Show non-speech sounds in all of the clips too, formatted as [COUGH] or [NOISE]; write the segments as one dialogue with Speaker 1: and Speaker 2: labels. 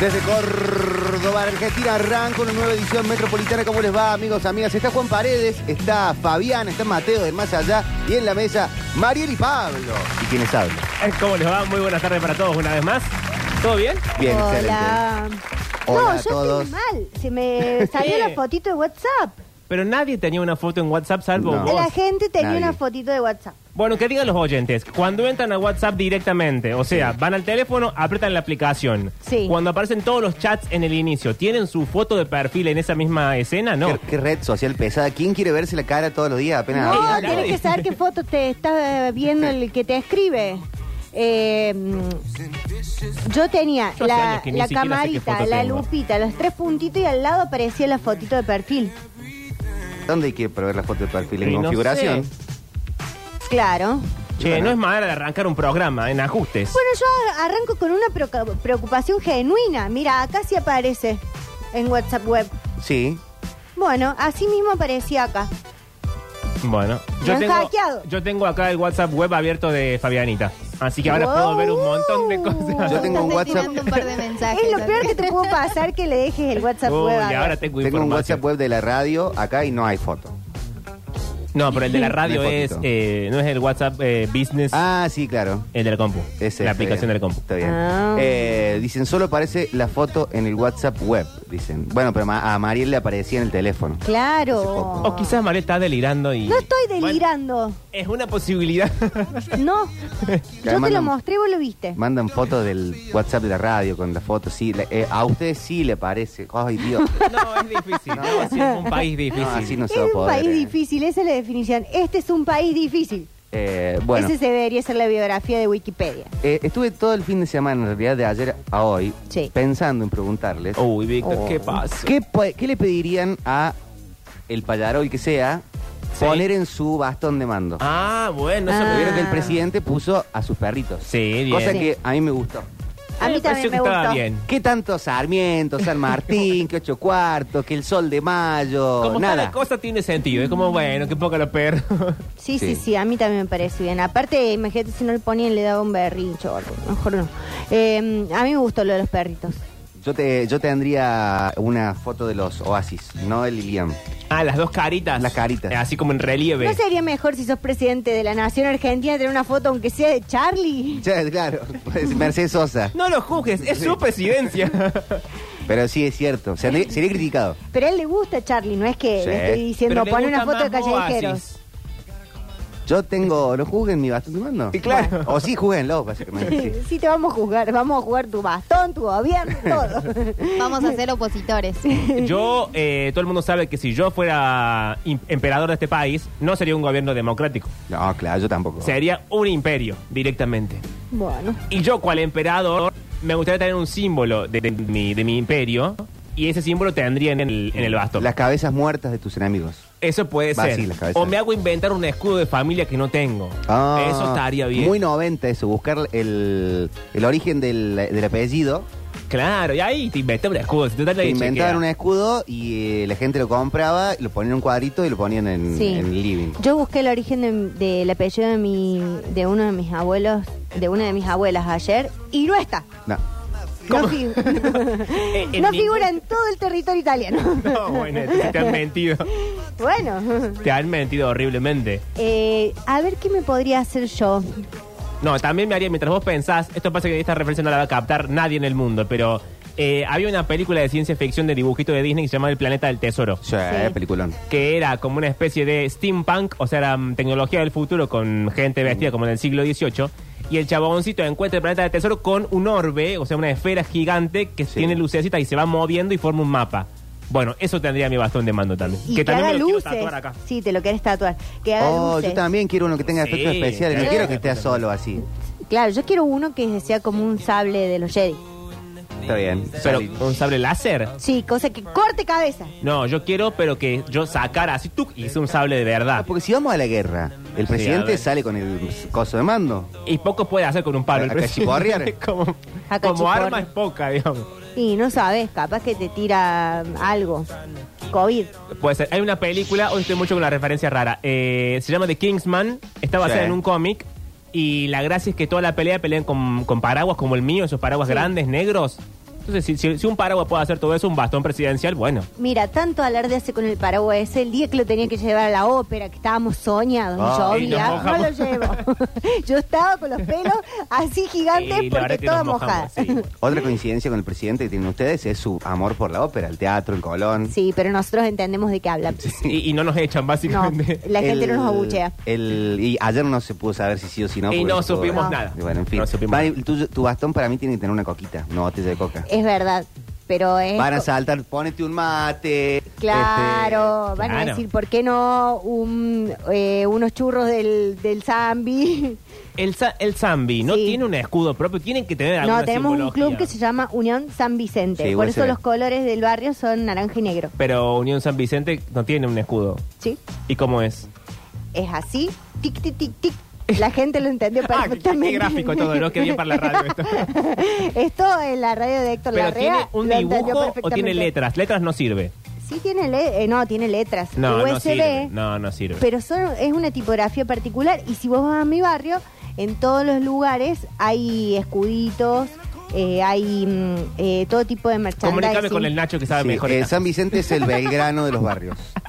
Speaker 1: Desde Córdoba, Argentina, arranca una nueva edición metropolitana. ¿Cómo les va, amigos, amigas? Está Juan Paredes, está Fabián, está Mateo del Más Allá y en la mesa Mariel y Pablo. ¿Y quienes hablan?
Speaker 2: ¿Cómo les va? Muy buenas tardes para todos una vez más. ¿Todo bien?
Speaker 1: Bien, excelente.
Speaker 3: Hola.
Speaker 1: Hola
Speaker 3: no,
Speaker 1: a
Speaker 3: yo
Speaker 1: todos.
Speaker 3: estoy mal. Se me salió la fotito de WhatsApp.
Speaker 2: Pero nadie tenía una foto en WhatsApp salvo
Speaker 1: No.
Speaker 2: vos.
Speaker 3: La gente tenía
Speaker 1: Nadie.
Speaker 3: una fotito de WhatsApp.
Speaker 2: Bueno, que digan los oyentes. Cuando entran a WhatsApp directamente, o sea, van al teléfono, apretan la aplicación.
Speaker 3: Sí.
Speaker 2: Cuando aparecen todos los chats en el inicio, ¿tienen su foto de perfil en esa misma escena? No.
Speaker 1: ¿Qué, qué red social pesada. ¿Quién quiere verse la cara todos los días apenas?
Speaker 3: No,
Speaker 2: nadie.
Speaker 3: tienes que saber qué foto te está eh, viendo el que te escribe. Eh, mm, yo tenía
Speaker 2: Yo hace años
Speaker 3: la,
Speaker 2: que ni
Speaker 3: la
Speaker 2: siquiera sé qué
Speaker 3: camarita,
Speaker 2: foto
Speaker 3: la
Speaker 2: tengo.
Speaker 3: lupita, los tres puntitos y al lado aparecía la fotito de perfil.
Speaker 1: ¿Dónde hay que ver la foto de perfil?
Speaker 2: Y
Speaker 1: ¿En
Speaker 2: no
Speaker 1: configuración?
Speaker 2: sé.
Speaker 3: Claro.
Speaker 2: Che, no es manera de arrancar un programa en ajustes.
Speaker 3: Bueno, yo ar- arranco con una preocu- preocupación genuina. Mira, acá sí aparece en WhatsApp web.
Speaker 1: Sí.
Speaker 3: Bueno, así mismo aparecía acá.
Speaker 2: Bueno,
Speaker 3: Me
Speaker 2: yo
Speaker 3: han
Speaker 2: tengo,
Speaker 3: hackeado.
Speaker 2: yo tengo acá el WhatsApp web abierto de Fabianita. Así que ahora
Speaker 3: Wow.
Speaker 2: puedo ver un montón
Speaker 3: Oh.
Speaker 2: de cosas.
Speaker 1: Yo tengo un
Speaker 4: Estás
Speaker 1: WhatsApp.
Speaker 4: tirando un par de mensajes.
Speaker 3: Es lo peor que te pudo pasar que le dejes el WhatsApp
Speaker 2: Uy,
Speaker 3: web.
Speaker 2: ahora
Speaker 3: abierto.
Speaker 2: tengo,
Speaker 1: Tengo un
Speaker 2: información.
Speaker 1: WhatsApp web de la radio acá y no hay foto.
Speaker 2: No, pero el
Speaker 1: [LAUGHS]
Speaker 2: de la radio
Speaker 1: Ni
Speaker 2: es,
Speaker 1: fotito.
Speaker 2: eh, no es el WhatsApp eh, Business,
Speaker 1: Ah, sí, claro.
Speaker 2: el de la compu.
Speaker 1: Ese, eh.
Speaker 2: la
Speaker 1: está bien.
Speaker 2: aplicación de la compu.
Speaker 1: Está bien.
Speaker 3: Ah.
Speaker 1: Eh, dicen, solo aparece la foto en el WhatsApp web, dicen. Bueno, pero ma- a Mariel le aparecía en el teléfono. Hace
Speaker 3: Claro.
Speaker 1: poco.
Speaker 2: O quizás María está delirando y...
Speaker 3: No estoy
Speaker 2: Bueno,
Speaker 3: delirando.
Speaker 2: es una posibilidad.
Speaker 1: [LAUGHS]
Speaker 2: [LAUGHS]
Speaker 3: No. Yo te
Speaker 1: mandan-
Speaker 3: lo mostré y vos lo viste.
Speaker 1: Mandan fotos del WhatsApp de la radio con la foto, sí. le- eh, a ustedes sí le parece. Ay,
Speaker 3: [LAUGHS]
Speaker 1: Dios.
Speaker 2: no, es
Speaker 1: No.
Speaker 2: difícil. No, sí, es un país difícil.
Speaker 1: No, así no
Speaker 3: Es
Speaker 1: se va a
Speaker 3: un
Speaker 1: poder.
Speaker 3: país
Speaker 1: eh.
Speaker 3: difícil, esa es la definición. Este es un país difícil.
Speaker 1: Eh, bueno,
Speaker 3: Esa debería ser la biografía de Wikipedia.
Speaker 1: eh, estuve todo el fin de semana, en realidad de ayer a hoy,
Speaker 3: Sí. Oh.
Speaker 1: pensando en preguntarles.
Speaker 2: Uy, Víctor, Oh, ¿qué pasa?
Speaker 1: Oh. ¿Qué, po- qué le pedirían a el payarol que sea
Speaker 2: Sí.
Speaker 1: poner en su bastón de mando?
Speaker 2: Ah, bueno.
Speaker 3: Ah.
Speaker 2: Eso
Speaker 1: Vieron que el presidente puso a sus perritos.
Speaker 2: Sí, bien.
Speaker 1: Cosa
Speaker 2: Sí.
Speaker 1: que a mí me gustó.
Speaker 3: A mí
Speaker 2: Eh, me pareció
Speaker 3: también me
Speaker 2: que estaba
Speaker 3: gustó.
Speaker 2: bien.
Speaker 1: ¿Qué tanto Sarmiento, San
Speaker 2: [LAUGHS]
Speaker 1: Martín, que ocho cuartos, que el sol de mayo?
Speaker 2: Como
Speaker 1: nada.
Speaker 2: cada cosa tiene sentido. Es como, bueno, que poca los perros.
Speaker 3: Sí, sí,
Speaker 1: Sí.
Speaker 3: sí, a mí también me parece bien. Aparte, imagínate si no le ponían, le daba un berrincho o algo. Mejor no. Eh, a mí me gustó lo de los perritos.
Speaker 1: Yo te yo tendría una foto de los Oasis, no de
Speaker 2: [LAUGHS]
Speaker 1: Lilian.
Speaker 2: [LAUGHS] ah, las dos caritas.
Speaker 1: Las caritas.
Speaker 2: Eh, Así como en relieve.
Speaker 3: ¿No sería mejor si sos presidente de la Nación Argentina tener una foto, aunque sea de Charlie?
Speaker 1: Ya, claro, pues, Mercedes Sosa.
Speaker 2: No lo juzgues, es su presidencia.
Speaker 1: Pero sí es cierto, sería, sería criticado.
Speaker 3: Pero a él le gusta a Charlie, no es que
Speaker 1: Sí.
Speaker 3: le estoy diciendo,
Speaker 2: le
Speaker 3: pone
Speaker 2: gusta
Speaker 3: una foto de
Speaker 2: más
Speaker 3: callejeros.
Speaker 2: Oasis.
Speaker 1: Yo tengo, no juzguen mi bastón de mando.
Speaker 2: Y claro.
Speaker 1: O sí, júguenlo, básicamente.
Speaker 2: [LAUGHS]
Speaker 1: sí.
Speaker 3: [LAUGHS] Sí, te vamos a jugar, vamos a jugar tu bastón, tu gobierno, todo.
Speaker 4: Vamos
Speaker 3: [LAUGHS]
Speaker 4: a ser opositores.
Speaker 2: Yo, eh, todo el mundo sabe que si yo fuera im- emperador de este país, no sería un gobierno democrático.
Speaker 1: No, claro, yo tampoco.
Speaker 2: Sería un imperio directamente.
Speaker 3: bueno,
Speaker 2: Y yo, cual emperador, me gustaría tener un símbolo de, de mi, de mi imperio. Y ese símbolo tendría en el, en el bastón.
Speaker 1: Las cabezas muertas de tus enemigos.
Speaker 2: Eso puede
Speaker 1: Va,
Speaker 2: ser.
Speaker 1: sí, las cabezas.
Speaker 2: o me hago inventar un escudo de familia que no tengo.
Speaker 1: Ah,
Speaker 2: Eso estaría bien.
Speaker 1: Muy 90 eso, buscar el, el origen del, del apellido.
Speaker 2: Claro, y ahí te inventé un escudo. Si te tratan
Speaker 1: Se
Speaker 2: de
Speaker 1: inventaron un
Speaker 2: chequear.
Speaker 1: escudo y eh, la gente lo compraba, lo ponían en un cuadrito y lo ponían en,
Speaker 3: sí.
Speaker 1: en el living.
Speaker 3: Yo busqué el origen de- del apellido de, mi, de uno de mis abuelos, de una de mis abuelas ayer, y no está.
Speaker 1: No.
Speaker 3: No, fi-
Speaker 2: [LAUGHS]
Speaker 3: [LAUGHS]
Speaker 2: Eh, en ningún-
Speaker 3: no figura en todo el territorio italiano.
Speaker 2: [LAUGHS]
Speaker 3: [LAUGHS]
Speaker 2: No, bueno, te, te han mentido.
Speaker 3: bueno, [LAUGHS]
Speaker 2: Te han mentido horriblemente.
Speaker 3: eh, a ver qué me podría hacer yo.
Speaker 2: No, también me haría, mientras vos pensás, esto pasa que esta referencia no la va a captar nadie en el mundo, pero eh, había una película de ciencia ficción de dibujito de Disney que se llamaba El Planeta del Tesoro,
Speaker 1: Sí, eh, peliculón.
Speaker 2: que era como una especie de steampunk, o sea, era mm, tecnología del futuro con gente vestida como en el siglo XVIII. Y el chaboncito encuentra el planeta del tesoro con un orbe, o sea, una esfera gigante que
Speaker 1: Sí.
Speaker 2: tiene lucecita y se va moviendo y forma un mapa. Bueno, eso tendría mi bastón de mando también.
Speaker 3: Y que,
Speaker 2: también
Speaker 3: haga
Speaker 2: me lo quiero
Speaker 3: luces.
Speaker 2: tatuar acá.
Speaker 3: Sí, te lo quieres tatuar. Que haga
Speaker 1: Oh,
Speaker 3: luces.
Speaker 1: yo también quiero uno que tenga
Speaker 2: Sí,
Speaker 1: efectos especiales. No
Speaker 2: claro.
Speaker 1: quiero que esté solo así.
Speaker 3: Claro, yo quiero uno que sea como un sable de los Jedi.
Speaker 1: Está bien.
Speaker 2: Pero
Speaker 1: Salí.
Speaker 2: un sable láser.
Speaker 3: Sí, cosa que corte cabeza.
Speaker 2: No, yo quiero, pero que yo sacara así, tú hice un sable de verdad.
Speaker 1: Ah, Porque si vamos a la guerra, el presidente
Speaker 2: ver.
Speaker 1: sale con el coso de mando.
Speaker 2: Y poco puede hacer con un palo. el
Speaker 1: A cachiporrear.
Speaker 2: presidente. [LAUGHS] como
Speaker 3: A
Speaker 2: como
Speaker 3: cachiporrear.
Speaker 2: arma es poca, digamos.
Speaker 3: Y no sabes, capaz que te tira algo. COVID.
Speaker 2: Puede ser. Hay una película, hoy estoy mucho con la referencia rara. eh, se llama The Kingsman. Está basada
Speaker 1: Sí.
Speaker 2: en un cómic. Y la gracia es que toda la pelea pelean con, con paraguas como el mío, esos paraguas grandes, negros. Entonces, si, si- si un paraguas puede hacer todo eso, un bastón presidencial, bueno.
Speaker 3: Mira, tanto alarde hace con el paraguas ese, el día que lo tenía que llevar a la ópera, que estábamos soñados, y yo,
Speaker 1: Ah,
Speaker 2: y nos
Speaker 3: obvia, no lo
Speaker 2: mojamos.
Speaker 3: llevo.
Speaker 1: [LAUGHS]
Speaker 3: yo estaba con los pelos así gigantes
Speaker 2: Y la verdad
Speaker 3: porque
Speaker 2: es que nos
Speaker 3: estaba mojada.
Speaker 2: mojamos,
Speaker 3: Sí. [LAUGHS]
Speaker 2: sí.
Speaker 1: Otra coincidencia con el presidente que tienen ustedes es su amor por la ópera, el teatro, el
Speaker 3: [LAUGHS]
Speaker 1: Colón.
Speaker 3: pero nosotros entendemos de qué habla.
Speaker 2: Y, y no nos echan,
Speaker 3: No,
Speaker 2: básicamente.
Speaker 3: la gente
Speaker 1: El-
Speaker 3: no nos abuchea.
Speaker 1: El, y ayer no se pudo saber si sí o si no.
Speaker 2: Y
Speaker 1: porque
Speaker 2: no
Speaker 1: estuvo-
Speaker 2: supimos
Speaker 1: No.
Speaker 2: nada.
Speaker 1: Y Bueno, en fin.
Speaker 2: No supimos
Speaker 1: Mari,
Speaker 2: nada.
Speaker 1: tu, tu bastón para mí tiene que tener una coquita, una botella de coca.
Speaker 3: Es verdad, pero es...
Speaker 1: Van a saltar, ponete un mate.
Speaker 3: Claro, van
Speaker 2: Este,
Speaker 3: a
Speaker 2: Claro.
Speaker 3: decir, ¿por qué no un, eh, unos churros del, del Zambi?
Speaker 2: El, za- el Zambi no
Speaker 3: Sí.
Speaker 2: tiene un escudo propio, tienen que tener [LAUGHS] alguna
Speaker 3: No, tenemos un
Speaker 2: simbología.
Speaker 3: club que se llama Unión San
Speaker 1: Sí,
Speaker 3: Vicente. Por
Speaker 1: igual se
Speaker 3: eso
Speaker 1: ve.
Speaker 3: los colores del barrio son naranja y negro.
Speaker 2: Pero Unión San Vicente no tiene un escudo.
Speaker 3: ¿Sí?
Speaker 2: ¿Y cómo es?
Speaker 3: Ah, Es así, tic, tic, tic, tic. La gente lo entendió
Speaker 2: [LAUGHS] Ah, qué-
Speaker 3: perfectamente.
Speaker 2: qué gráfico todo, ¿no? Qué bien [LAUGHS] para la radio esto.
Speaker 3: [LAUGHS] Esto en la radio de Héctor
Speaker 2: ¿Pero
Speaker 3: Larrea
Speaker 2: tiene un
Speaker 3: lo entendió
Speaker 2: dibujo o tiene
Speaker 3: perfectamente.
Speaker 2: letras? Letras no sirve.
Speaker 3: Sí tiene, le- eh, no, tiene letras.
Speaker 2: No, no sirve.
Speaker 3: USB,
Speaker 2: No, no sirve.
Speaker 3: pero son, es una tipografía particular y si vos vas a mi barrio, en todos los lugares hay escuditos, eh, hay mm, eh, todo tipo de
Speaker 2: Comunicame
Speaker 3: merchandising.
Speaker 2: con el Nacho que sabe
Speaker 1: Sí,
Speaker 2: mejor.
Speaker 1: eh,
Speaker 2: estas
Speaker 1: San Vicente es
Speaker 3: [LAUGHS]
Speaker 1: el Belgrano de los barrios.
Speaker 2: [LAUGHS]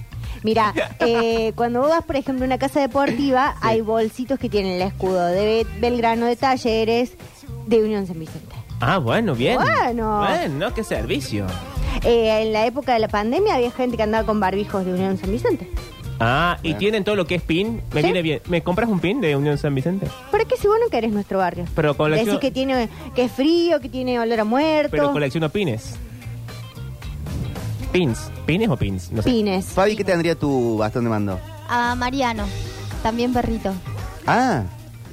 Speaker 3: Mira, eh, cuando vos vas, por ejemplo, a una casa deportiva, hay bolsitos que tienen el escudo de Be- Belgrano, de Talleres, de Unión San Vicente.
Speaker 2: Ah, bueno, bien.
Speaker 3: Bueno.
Speaker 2: Bueno, qué servicio.
Speaker 3: Eh, en la época de la pandemia había gente que andaba con barbijos de Unión San Vicente.
Speaker 2: Ah, y
Speaker 1: Bueno.
Speaker 2: tienen todo lo que es pin. Me
Speaker 3: ¿Sí?
Speaker 2: viene bien. ¿Me compras un pin de Unión San Vicente?
Speaker 3: ¿Para qué si vos no querés nuestro barrio?
Speaker 2: Pero colecciono-
Speaker 3: Decís que, tiene, que es frío, que tiene olor a muerto.
Speaker 2: Pero colecciono pines. Pins. ¿Pines o pins? No sé.
Speaker 3: Pines.
Speaker 1: Fabi, ¿qué tendría tu bastón de mando?
Speaker 4: A Mariano, también perrito.
Speaker 1: Ah,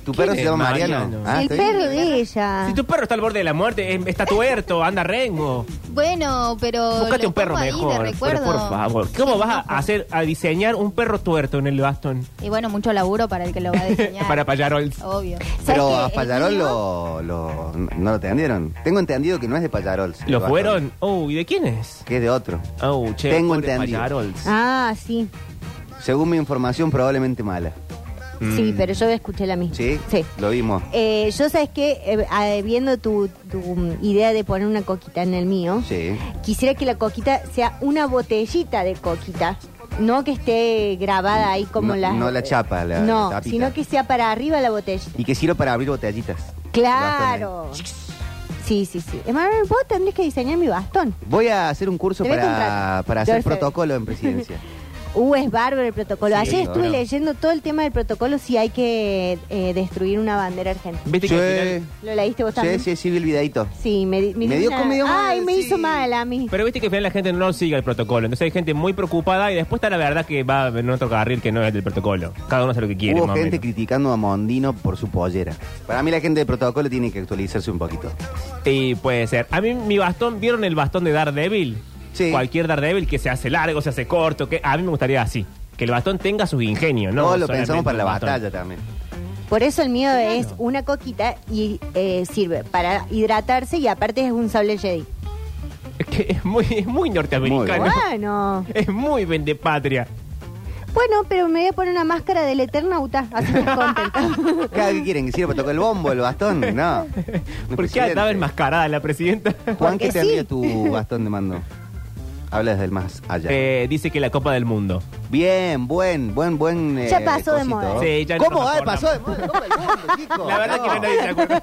Speaker 1: tu perro se
Speaker 2: es
Speaker 1: llama
Speaker 2: Mariano?
Speaker 1: Mariano. Ah,
Speaker 3: el
Speaker 1: está bien.
Speaker 3: perro de ella.
Speaker 4: Ah.
Speaker 2: Si tu perro está al borde de la muerte, eh, está tuerto, anda
Speaker 4: [LAUGHS]
Speaker 2: rengo.
Speaker 4: Bueno, pero.
Speaker 2: Búscate
Speaker 4: lo
Speaker 2: un perro
Speaker 4: pongo ahí de
Speaker 2: mejor. pero
Speaker 4: recuerdo.
Speaker 2: por favor. ¿Cómo vas a hacer a diseñar un perro tuerto en el
Speaker 4: [LAUGHS]
Speaker 2: bastón?
Speaker 4: Y bueno, mucho laburo para el que lo va a diseñar.
Speaker 2: [LAUGHS] Para Pallarols.
Speaker 4: Obvio.
Speaker 1: Pero
Speaker 3: ¿Sabes
Speaker 1: a
Speaker 3: qué?
Speaker 1: Pallarol
Speaker 3: El mío-
Speaker 1: lo, lo- no lo atendieron. Tengo entendido que no es de Pallarol. el
Speaker 2: ¿Lo
Speaker 1: bastón,
Speaker 2: fueron? Oh, ¿y de quién es?
Speaker 1: Que es de otro.
Speaker 2: Oh, che.
Speaker 1: Tengo
Speaker 2: pobre
Speaker 1: entendido.
Speaker 2: Pallarols.
Speaker 3: Ah, sí.
Speaker 1: Según mi información, probablemente mala.
Speaker 3: Sí, pero yo escuché la misma.
Speaker 1: Mm. ¿Sí?
Speaker 3: Sí.
Speaker 1: Lo vimos.
Speaker 3: Eh, yo sabes que, viendo tu, tu, mm, idea de poner una coquita en el mío,
Speaker 1: Sí.
Speaker 3: quisiera que la coquita sea una botellita de coquita. No que esté grabada ahí como
Speaker 1: No-
Speaker 3: la...
Speaker 1: no la chapa, la-
Speaker 3: No,
Speaker 1: la tapita.
Speaker 3: sino que sea para arriba la botellita.
Speaker 1: Y que sirve para abrir botellitas.
Speaker 3: Claro. Sí, sí, sí. Emanuel, vos tendrías que diseñar mi bastón.
Speaker 1: Voy a hacer un curso
Speaker 3: Te voy a
Speaker 1: para,
Speaker 3: contratar.
Speaker 1: para hacer
Speaker 3: Perfecto.
Speaker 1: protocolo
Speaker 3: [LAUGHS]
Speaker 1: en presidencia.
Speaker 3: Uh, es bárbaro el protocolo.
Speaker 1: Sí,
Speaker 3: Ayer estuve
Speaker 1: bárbaro.
Speaker 3: leyendo todo el tema del protocolo si hay que eh, destruir una bandera argentina.
Speaker 2: ¿Viste que al final-
Speaker 1: Sí,
Speaker 3: ¿Lo leíste vos
Speaker 1: sí,
Speaker 3: también?
Speaker 1: sí, sí, vi el videito.
Speaker 3: Sí, me, di-
Speaker 1: Me
Speaker 3: di
Speaker 1: dio
Speaker 3: una-
Speaker 1: con- me dio mal,
Speaker 3: Ay, me
Speaker 1: sí.
Speaker 3: hizo mal a mí.
Speaker 2: Pero viste que al final la gente no sigue el protocolo. Entonces hay gente muy preocupada y después está la verdad que va en otro carril que no es el del protocolo. Cada uno hace lo que quiere.
Speaker 1: Hubo
Speaker 2: más o
Speaker 1: gente
Speaker 2: menos.
Speaker 1: criticando a Mondino por su pollera. Para mí la gente de protocolo tiene que actualizarse un poquito.
Speaker 2: Y puede ser. A mí mi bastón, ¿vieron el bastón de Daredevil?
Speaker 1: Sí.
Speaker 2: Cualquier Daredevil que se hace largo, se hace corto. que A mí me gustaría así. Que el bastón tenga sus ingenios, ¿no?
Speaker 1: No, lo
Speaker 2: solamente
Speaker 1: pensamos para la
Speaker 2: un bastón.
Speaker 1: batalla también.
Speaker 3: Por eso el mío es una coquita y eh, sirve para hidratarse y aparte es un
Speaker 1: [LAUGHS]
Speaker 3: sable Jedi.
Speaker 2: Es que es muy, es muy norteamericano.
Speaker 1: Muy
Speaker 3: Bueno,
Speaker 2: Es muy vendepatria.
Speaker 3: bueno, pero me voy a poner una máscara del Eternauta, así que contenta.
Speaker 1: [LAUGHS] Cada que quieren que sirva para tocar el bombo, el
Speaker 3: [LAUGHS]
Speaker 1: bastón, no.
Speaker 2: ¿Por qué andaba enmascarada la presidenta?
Speaker 1: Juan, ¿qué
Speaker 3: Porque
Speaker 1: te envía
Speaker 3: sí.
Speaker 1: tu bastón de mando? Habla desde el más allá.
Speaker 2: Eh, dice que la Copa del Mundo.
Speaker 1: Bien, buen, buen, buen. eh,
Speaker 3: Ya pasó de
Speaker 1: cosito.
Speaker 3: moda.
Speaker 2: Sí, ya no
Speaker 1: ¿Cómo
Speaker 2: nos
Speaker 1: va?
Speaker 2: acordamos.
Speaker 1: Pasó de moda. Copa del
Speaker 2: [LAUGHS]
Speaker 1: Mundo, chicos.
Speaker 2: La verdad que no nadie
Speaker 1: [LAUGHS]
Speaker 2: se acuerda.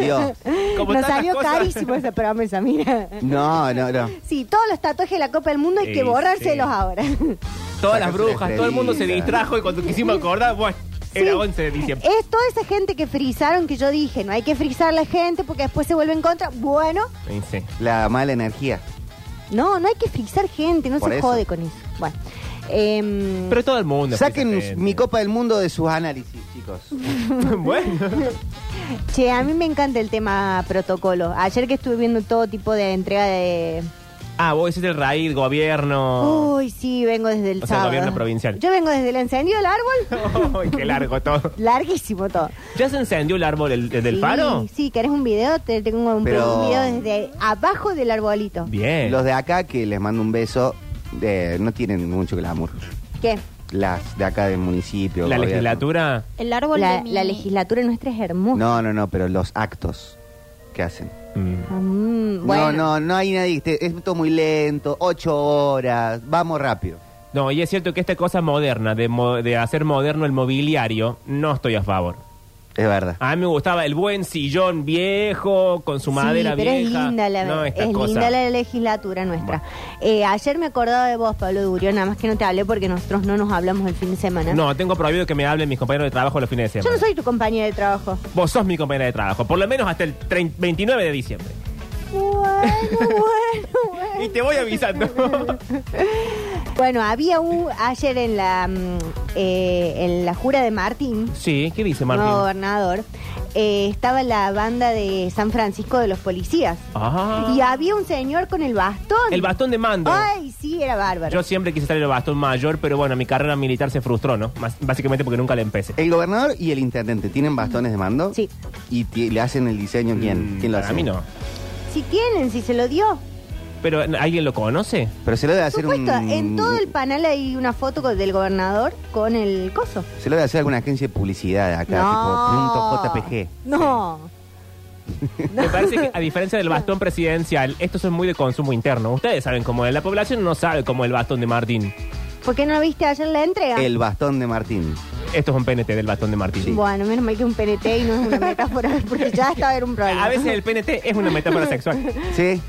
Speaker 1: Dios.
Speaker 2: Como
Speaker 3: [LAUGHS] Nos
Speaker 2: tantas
Speaker 3: salió
Speaker 2: cosas.
Speaker 3: carísimo esa promesa, mira.
Speaker 1: No, no, no.
Speaker 3: Sí, todos los tatuajes de la Copa del Mundo hay
Speaker 2: Sí,
Speaker 3: que borrárselos
Speaker 2: sí.
Speaker 3: ahora.
Speaker 2: Todas las
Speaker 1: Sacarse la
Speaker 2: brujas, todo el mundo se
Speaker 1: estrellita.
Speaker 2: distrajo y cuando quisimos acordar, bueno,
Speaker 3: Sí.
Speaker 2: era 11 de diciembre.
Speaker 3: Es toda esa gente que frizaron que yo dije, no hay que frizar la gente porque después se vuelve en contra. Bueno,
Speaker 2: Sí, sí.
Speaker 1: La mala energía.
Speaker 3: no, no hay que frizar gente, no
Speaker 1: Por
Speaker 3: se
Speaker 1: eso.
Speaker 3: jode con eso. Bueno. em,
Speaker 2: Pero todo el mundo.
Speaker 1: Saquen
Speaker 2: presidente.
Speaker 1: mi Copa del Mundo de sus análisis, chicos.
Speaker 2: [LAUGHS]
Speaker 1: [LAUGHS]
Speaker 2: bueno.
Speaker 3: Che, a mí me encanta el tema protocolo. Ayer que estuve viendo todo tipo de entrega de...
Speaker 2: Ah, vos hiciste el raíz, gobierno.
Speaker 3: Uy, sí, vengo desde el
Speaker 2: Ah. O sea,
Speaker 3: sábado.
Speaker 2: gobierno provincial.
Speaker 3: Yo vengo desde el encendido del
Speaker 2: [LAUGHS] [LAUGHS]
Speaker 3: árbol.
Speaker 2: Ay, qué largo todo.
Speaker 3: Larguísimo todo.
Speaker 2: ¿Ya se encendió el árbol el- el del
Speaker 3: Sí,
Speaker 2: faro?
Speaker 3: Sí, ¿querés un video? Te tengo un,
Speaker 1: Pero-
Speaker 3: un video desde abajo del arbolito.
Speaker 2: Bien.
Speaker 1: Los de acá, que les mando un beso, eh, no tienen mucho glamour.
Speaker 3: ¿Qué?
Speaker 1: Las de acá del municipio.
Speaker 2: La
Speaker 1: gobierno.
Speaker 2: legislatura.
Speaker 4: El árbol
Speaker 3: La,
Speaker 4: de mi-
Speaker 3: la legislatura nuestra es hermosa.
Speaker 1: No, no, no, pero los actos que hacen.
Speaker 2: Mm.
Speaker 3: Ah, mm,
Speaker 1: No,
Speaker 3: bueno.
Speaker 1: no, no hay nadie. este- Es todo muy lento, ocho horas, vamos rápido.
Speaker 2: No, y es cierto que esta cosa moderna, de, mo- de hacer moderno el mobiliario, no estoy a favor.
Speaker 1: Es verdad.
Speaker 2: A mí me gustaba el buen sillón viejo, con su madera
Speaker 3: sí, pero
Speaker 2: vieja.
Speaker 3: es linda la,
Speaker 2: no, esta
Speaker 3: es
Speaker 2: cosa.
Speaker 3: linda la legislatura nuestra. Eh, ayer me acordaba de vos, Pablo Durio, nada más que no te hablé porque nosotros no nos hablamos el fin de semana.
Speaker 2: No, tengo prohibido que me hablen mis compañeros de trabajo los fines de
Speaker 3: Yo
Speaker 2: semana.
Speaker 3: no soy tu compañera
Speaker 2: [LAUGHS]
Speaker 3: de trabajo.
Speaker 2: Vos sos mi compañera de trabajo, por lo menos hasta el 30 29 de diciembre.
Speaker 3: Bueno, bueno, bueno.
Speaker 2: Y te voy
Speaker 3: [LAUGHS]
Speaker 2: avisando.
Speaker 3: Bueno, había un ayer en la mm, eh, en la jura de Martín,
Speaker 2: sí, ¿qué dice Martín?
Speaker 3: nuevo gobernador, eh, estaba la banda de San Francisco de los policías.
Speaker 2: Ah.
Speaker 3: Y había un señor con el bastón.
Speaker 2: El bastón de mando.
Speaker 3: Ay, sí, era bárbaro.
Speaker 2: Yo siempre quise salir el bastón mayor, pero bueno, mi carrera militar se frustró, ¿no? Más- básicamente porque nunca la empecé.
Speaker 1: El gobernador y el intendente tienen bastones de mando.
Speaker 3: Sí.
Speaker 1: ¿Y ti- le hacen el diseño quién?
Speaker 2: Mm,
Speaker 1: ¿Quién lo
Speaker 2: para
Speaker 1: hace?
Speaker 2: mí no.
Speaker 3: Si tienen, si se lo dio.
Speaker 2: Pero ¿alguien lo conoce?
Speaker 1: [LAUGHS] Pero se lo debe hacer
Speaker 3: Supuesto,
Speaker 1: un.
Speaker 3: en todo el panel hay una foto con- del gobernador con el coso.
Speaker 1: Se lo debe hacer alguna agencia de publicidad de acá,
Speaker 3: no.
Speaker 1: tipo punto JPG.
Speaker 3: No.
Speaker 2: Me parece que, a diferencia del bastón presidencial, estos son muy de consumo interno. Ustedes saben cómo es. La población no sabe cómo es el bastón de Martín.
Speaker 3: ¿Por qué no viste ayer la entrega?
Speaker 1: El bastón de Martín.
Speaker 2: Esto es un PNT del bastón de Martín.
Speaker 3: Bueno, menos mal que un PNT y no es una metáfora, [LAUGHS] porque ya estaba era un problema.
Speaker 2: A veces el PNT es una metáfora
Speaker 3: [LAUGHS]
Speaker 2: sexual.
Speaker 1: ¿Sí?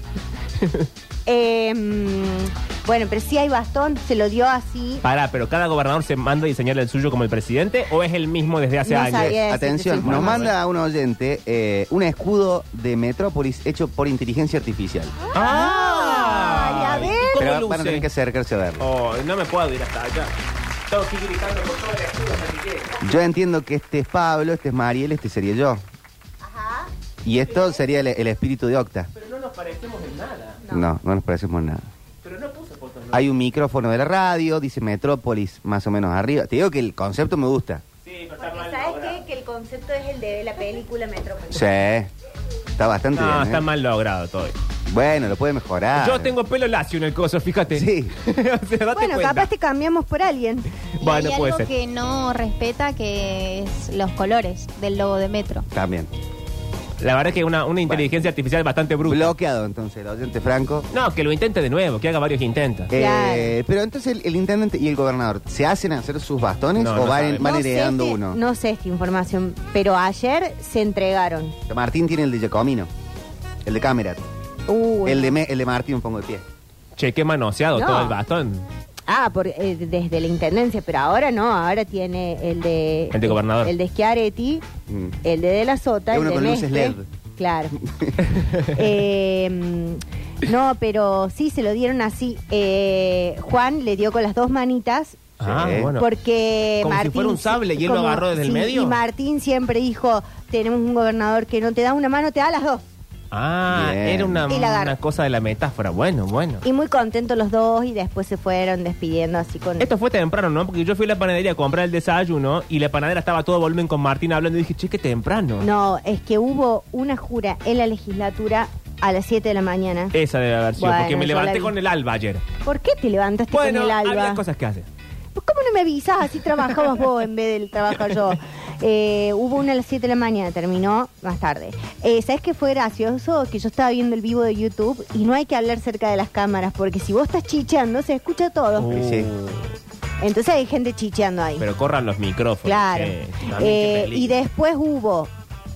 Speaker 3: Eh, mm, bueno, pero sí hay bastón, se lo dio así.
Speaker 2: Pará, pero cada gobernador se manda a diseñar el suyo como el presidente o es el mismo desde hace
Speaker 3: No
Speaker 2: años.
Speaker 3: sabía. Yes,
Speaker 1: Atención,
Speaker 3: yes,
Speaker 1: nos
Speaker 2: yes.
Speaker 1: manda un oyente eh, un escudo de Metrópolis hecho por inteligencia artificial.
Speaker 2: ¡Ah!
Speaker 3: Ay, a ver.
Speaker 2: ¿Y
Speaker 1: Pero
Speaker 2: ¿Cómo
Speaker 1: van a tener que
Speaker 2: luce?
Speaker 1: acercarse a verlo.
Speaker 2: Oh, no me puedo ir hasta allá. Tengo que ir gritando por todo el escudo hasta que llegue.
Speaker 1: Yo entiendo que este es Pablo, este es Mariel, este sería yo. Y esto sería el, el espíritu de Octa.
Speaker 2: Pero no nos parecemos en nada.
Speaker 1: No, no, nos parecemos nada.
Speaker 2: Pero no puse fotos. ¿no?
Speaker 1: Hay un micrófono de la radio, dice Metrópolis, más o menos arriba. Te digo que el concepto me gusta.
Speaker 2: Sí, pero está
Speaker 3: Porque
Speaker 2: mal
Speaker 3: sabes
Speaker 2: logrado.
Speaker 3: qué? que el concepto es el de la película Metrópolis.
Speaker 1: Sí, está bastante
Speaker 2: No,
Speaker 1: bien. ¿eh?
Speaker 2: está mal logrado todo.
Speaker 1: Bueno, lo puede mejorar.
Speaker 2: Yo tengo pelo lacio en el coso, fíjate.
Speaker 1: Sí.
Speaker 2: [LAUGHS] o sea, date
Speaker 3: Bueno,
Speaker 2: cuenta.
Speaker 3: capaz te cambiamos por alguien.
Speaker 4: Y
Speaker 2: Bueno,
Speaker 4: hay
Speaker 2: puede
Speaker 4: algo
Speaker 2: ser.
Speaker 4: que no respeta, que es los colores del logo de Metro.
Speaker 1: También.
Speaker 2: La verdad es que una, una inteligencia artificial bastante bruta.
Speaker 1: Bloqueado entonces el oyente Franco.
Speaker 2: No, que lo intente de nuevo, que haga varios intentos.
Speaker 1: Eh,
Speaker 3: Claro.
Speaker 1: pero entonces el, el intendente y el gobernador, ¿se hacen hacer sus bastones
Speaker 2: No,
Speaker 1: o
Speaker 2: no
Speaker 1: van,
Speaker 2: saben.
Speaker 1: van
Speaker 3: No sé
Speaker 1: heredando
Speaker 3: este-
Speaker 1: uno?
Speaker 3: No sé esta información, pero ayer se entregaron.
Speaker 1: Martín tiene el de Giacomino, el de Camerat,
Speaker 3: Uh,
Speaker 1: el de, me- el de Martín pongo de pie.
Speaker 2: Che, qué manoseado
Speaker 3: No.
Speaker 2: todo el bastón.
Speaker 3: Ah, por, eh, desde la intendencia, pero ahora no, ahora tiene el de.
Speaker 2: El de gobernador.
Speaker 3: El de Schiaretti,
Speaker 1: Mm.
Speaker 3: el de De La Sota,
Speaker 1: Es
Speaker 3: el
Speaker 1: uno
Speaker 3: de
Speaker 1: con luces
Speaker 3: Mestre.
Speaker 2: E
Speaker 1: LED.
Speaker 2: [LAUGHS]
Speaker 3: Claro. Eh, no, pero sí se lo dieron así. Eh, Juan le dio con las dos manitas.
Speaker 2: Ah,
Speaker 1: Sí.
Speaker 2: bueno.
Speaker 3: Porque
Speaker 2: Como si
Speaker 3: Martín.
Speaker 2: fuera un sable y él lo agarró desde el
Speaker 3: sí,
Speaker 2: medio.
Speaker 3: Y Martín siempre dijo: Tenemos un gobernador que no te da una mano, te da las dos.
Speaker 2: Ah,
Speaker 1: Bien.
Speaker 2: era una,
Speaker 3: Y la gar-
Speaker 2: una cosa de la metáfora. Bueno, bueno.
Speaker 3: Y muy contentos los dos y después se fueron despidiendo así con.
Speaker 2: Esto fue temprano, ¿no? Porque yo fui a la panadería a comprar el desayuno y la panadera estaba a todo volumen con Martín hablando y dije, che, qué temprano.
Speaker 3: No, es que hubo una jura en la legislatura a las 7 de la mañana.
Speaker 2: Esa debe haber sido,
Speaker 3: Bueno,
Speaker 2: porque me
Speaker 3: yo la
Speaker 2: levanté
Speaker 3: vi.
Speaker 2: con el alba ayer.
Speaker 3: ¿Por qué te levantaste
Speaker 2: Bueno,
Speaker 3: con el
Speaker 2: había
Speaker 3: alba?
Speaker 2: cosas que hacer.
Speaker 3: Pues, ¿Cómo no me avisas? Así trabajabas vos en vez del trabajar yo. Eh, hubo una a las 7 de la mañana, terminó más tarde. Eh, ¿Sabes qué fue gracioso? Que yo estaba viendo el vivo de YouTube y no hay que hablar cerca de las cámaras porque si vos estás chicheando se escucha todo.
Speaker 2: Uh,
Speaker 1: sí.
Speaker 3: Entonces hay gente chicheando ahí.
Speaker 2: Pero corran los micrófonos.
Speaker 3: Claro.
Speaker 2: che, también
Speaker 3: Eh,
Speaker 2: qué
Speaker 3: y
Speaker 2: peligro.
Speaker 3: después hubo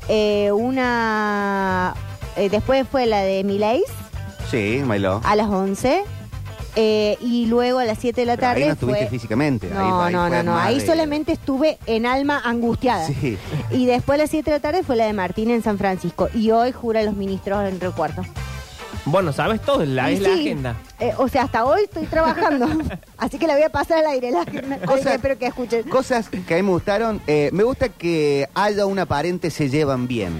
Speaker 3: eh, una... eh, después fue la de Milays
Speaker 1: Sí, bailó.
Speaker 3: a las 11 eh, y luego a las 7 de la
Speaker 1: Pero
Speaker 3: tarde
Speaker 1: ahí no estuviste
Speaker 3: fue...
Speaker 1: físicamente. ahí-
Speaker 3: No,
Speaker 1: ahí
Speaker 3: no,
Speaker 1: fue
Speaker 3: no, no.
Speaker 1: más
Speaker 3: Ahí
Speaker 1: de-
Speaker 3: solamente estuve en alma angustiada.
Speaker 1: Sí.
Speaker 3: Y después a las 7 de la tarde fue la de Martín en San Francisco. Y hoy jura los ministros en recuerdo.
Speaker 2: Bueno, sabes todo, es la,
Speaker 3: Y
Speaker 2: es la
Speaker 3: sí,
Speaker 2: agenda.
Speaker 3: eh, o sea, hasta hoy estoy trabajando. [LAUGHS] Así que la voy a pasar al aire. La agenda.
Speaker 1: Cosa-
Speaker 3: espero que escuchen.
Speaker 1: Cosas que a mí me gustaron. eh, me gusta que haya un aparente se llevan bien.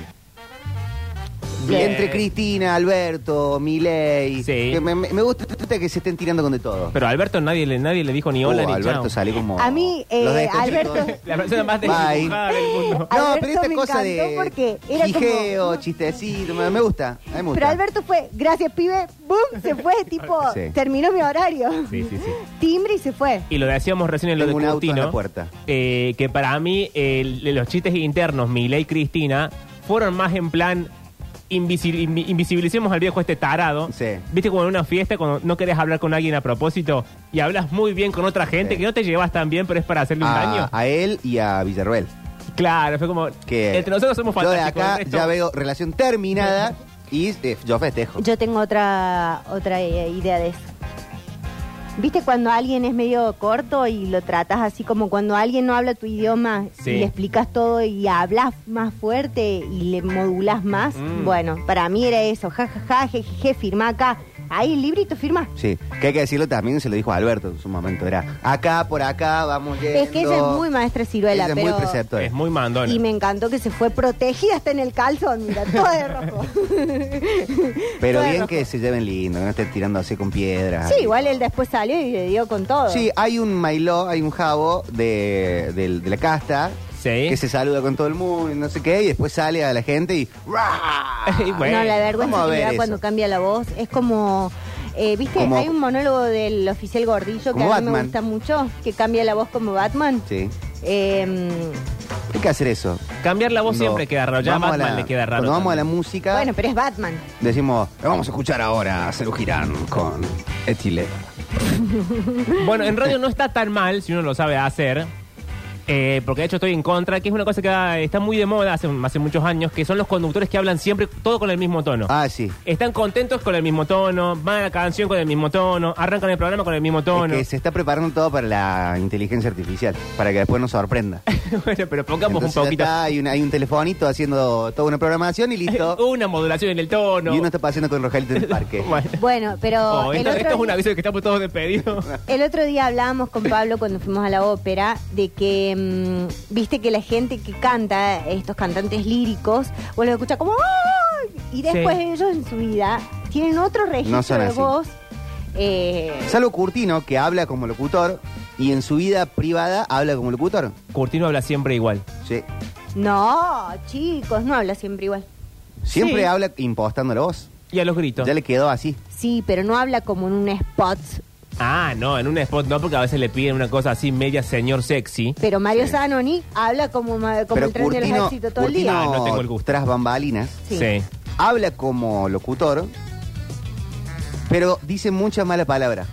Speaker 2: Bien.
Speaker 1: Entre Cristina, Alberto, Milei.
Speaker 2: Sí.
Speaker 1: Que Me, me- me gusta que se estén tirando con de todo.
Speaker 2: Pero a Alberto nadie le, nadie le dijo ni hola
Speaker 1: Uh,
Speaker 2: ni
Speaker 1: Alberto
Speaker 2: chao.
Speaker 1: sale como.
Speaker 3: A mí, eh,
Speaker 1: Los dedos
Speaker 3: Alberto-
Speaker 2: La persona más
Speaker 1: Bye.
Speaker 2: desdibujada del
Speaker 3: [LAUGHS]
Speaker 2: mundo.
Speaker 1: No,
Speaker 3: Alberto
Speaker 1: pero esta
Speaker 3: me
Speaker 1: cosa
Speaker 3: encantó
Speaker 1: de
Speaker 3: porque era como-
Speaker 1: quijeo, chistecito, me, me gusta, a mí me gusta.
Speaker 3: Pero Alberto fue, gracias pibe, boom, se
Speaker 1: [LAUGHS]
Speaker 3: fue, tipo,
Speaker 1: Sí.
Speaker 3: terminó mi horario.
Speaker 2: Sí, sí, sí.
Speaker 3: Timbre y se fue.
Speaker 2: Y lo decíamos recién en lo
Speaker 1: Tengo
Speaker 2: de
Speaker 1: un auto en
Speaker 2: Curtino.
Speaker 1: la puerta.
Speaker 2: eh, que para mí eh, los chistes internos, Milei y Cristina, fueron más en plan. invisi- invi- invisibilicemos al viejo este tarado.
Speaker 1: Sí.
Speaker 2: Viste como en una fiesta cuando no querés hablar con alguien a propósito y hablas muy bien con otra
Speaker 1: Sí.
Speaker 2: gente
Speaker 1: Ah,
Speaker 2: que no te llevas tan bien, pero es para hacerle un daño.
Speaker 1: A, a él y a Villarruel.
Speaker 2: Claro, fue como
Speaker 1: Que
Speaker 2: entre nosotros somos
Speaker 1: Yo de
Speaker 2: fantásticos. ¿eh,
Speaker 1: acá
Speaker 2: el resto-
Speaker 1: ya veo relación terminada y eh, yo festejo.
Speaker 3: Yo tengo otra, otra eh, idea de eso. ¿Viste cuando alguien es medio corto y lo tratas así como cuando alguien no habla tu idioma
Speaker 2: Sí.
Speaker 3: y le explicas todo y hablas más fuerte y le modulas más?
Speaker 2: Mm.
Speaker 3: Bueno, para mí era eso, jajaja, ja, ja, jejeje, firma acá. Ahí el librito firma.
Speaker 1: Sí, que hay que decirlo también, se lo dijo Alberto en su momento. Era acá, por acá, vamos yendo.
Speaker 3: Es que ella es muy maestra
Speaker 1: Eh, Ella
Speaker 3: ciruela,
Speaker 1: es
Speaker 3: pero...
Speaker 1: muy preceptora.
Speaker 2: Es muy mandón.
Speaker 3: Y me encantó que se fue protegida hasta en el calzón, mira, todo
Speaker 1: [LAUGHS]
Speaker 3: de rojo.
Speaker 1: Pero
Speaker 3: Todo de
Speaker 1: bien
Speaker 3: rojo.
Speaker 1: que se lleven lindo, que no estén tirando así con piedras.
Speaker 3: Sí, igual él después salió y le dio con todo.
Speaker 1: Sí, hay un mailó, hay un jabo de, del- de la casta
Speaker 2: Sí.
Speaker 1: que se saluda con todo el mundo y no sé qué, y después sale a la gente
Speaker 2: [LAUGHS]
Speaker 1: y...
Speaker 2: Y bueno,
Speaker 3: No, la
Speaker 1: Vamos a
Speaker 3: vergüenza
Speaker 1: ver
Speaker 3: que le da
Speaker 1: eso.
Speaker 3: cuando cambia la voz es como... eh, ¿Viste?
Speaker 1: Como-
Speaker 3: Hay un monólogo del oficial Gordillo que
Speaker 1: Como
Speaker 3: a mí me
Speaker 1: Batman.
Speaker 3: gusta mucho, que cambia la voz como Batman.
Speaker 1: Sí,
Speaker 3: Eh,
Speaker 1: hay que hacer eso.
Speaker 2: cambiar la voz
Speaker 1: Cuando
Speaker 2: siempre queda raro. Ya a
Speaker 1: vamos
Speaker 2: Batman
Speaker 1: a la-
Speaker 2: le queda raro.
Speaker 1: Cuando vamos a la
Speaker 2: también.
Speaker 1: música,
Speaker 3: bueno, pero es Batman.
Speaker 1: decimos, vamos a escuchar ahora a Celu Girán con Etile.
Speaker 2: Bueno, en radio no está tan mal si uno lo sabe hacer. eh, porque de hecho estoy en contra, que es una cosa que ah, está muy de moda hace, hace muchos años, que son los conductores que hablan siempre todo con el mismo tono.
Speaker 1: Ah, sí.
Speaker 2: Están contentos con el mismo tono, van a la canción con el mismo tono, arrancan el programa con el mismo tono.
Speaker 1: Es que se está preparando todo para la inteligencia artificial, para que después nos
Speaker 2: [LAUGHS]
Speaker 1: sorprenda.
Speaker 2: [LAUGHS] bueno, pero pongamos
Speaker 1: Entonces
Speaker 2: un
Speaker 1: ya
Speaker 2: poquito.
Speaker 1: está, hay, un, hay un telefonito haciendo toda una programación y
Speaker 2: [LAUGHS]
Speaker 1: listo.
Speaker 2: Una modulación en el tono.
Speaker 1: Y uno está paseando con Rogelito en el parque.
Speaker 2: [LAUGHS] Bueno.
Speaker 3: Bueno, pero
Speaker 1: [LAUGHS]
Speaker 2: Oh,
Speaker 3: el,
Speaker 2: esto,
Speaker 3: otro,
Speaker 2: esto es un aviso de que estamos todos despedidos.
Speaker 3: el otro día hablábamos con Pablo cuando fuimos a la ópera de que, mm, viste que la gente que canta, estos cantantes líricos, vos los escuchás como... "Ah", Y después
Speaker 2: Sí.
Speaker 3: ellos en su vida tienen otro registro
Speaker 1: son
Speaker 3: de
Speaker 1: así.
Speaker 3: voz. eh,
Speaker 1: Salvo Curtino, que habla como locutor y en su vida privada habla como locutor.
Speaker 2: Curtino habla siempre igual.
Speaker 1: Sí.
Speaker 3: No, chicos, no habla siempre igual.
Speaker 1: Siempre
Speaker 2: Sí.
Speaker 1: habla impostando la voz.
Speaker 2: Y a los gritos.
Speaker 1: Ya le quedó así.
Speaker 3: Sí, pero no habla como en un spot.
Speaker 2: Ah, no, en un spot no, porque a veces le piden una cosa así media señor sexy.
Speaker 3: Pero Mario Zanoni habla como, ma- como
Speaker 1: Pero
Speaker 3: el tren del
Speaker 1: Curtino,
Speaker 3: ejército todo el
Speaker 1: Curtino,
Speaker 2: Ah,
Speaker 3: día.
Speaker 2: no tengo el gusto.
Speaker 1: tras bambalinas,
Speaker 3: Sí.
Speaker 1: habla como locutor, pero dice muchas malas palabras.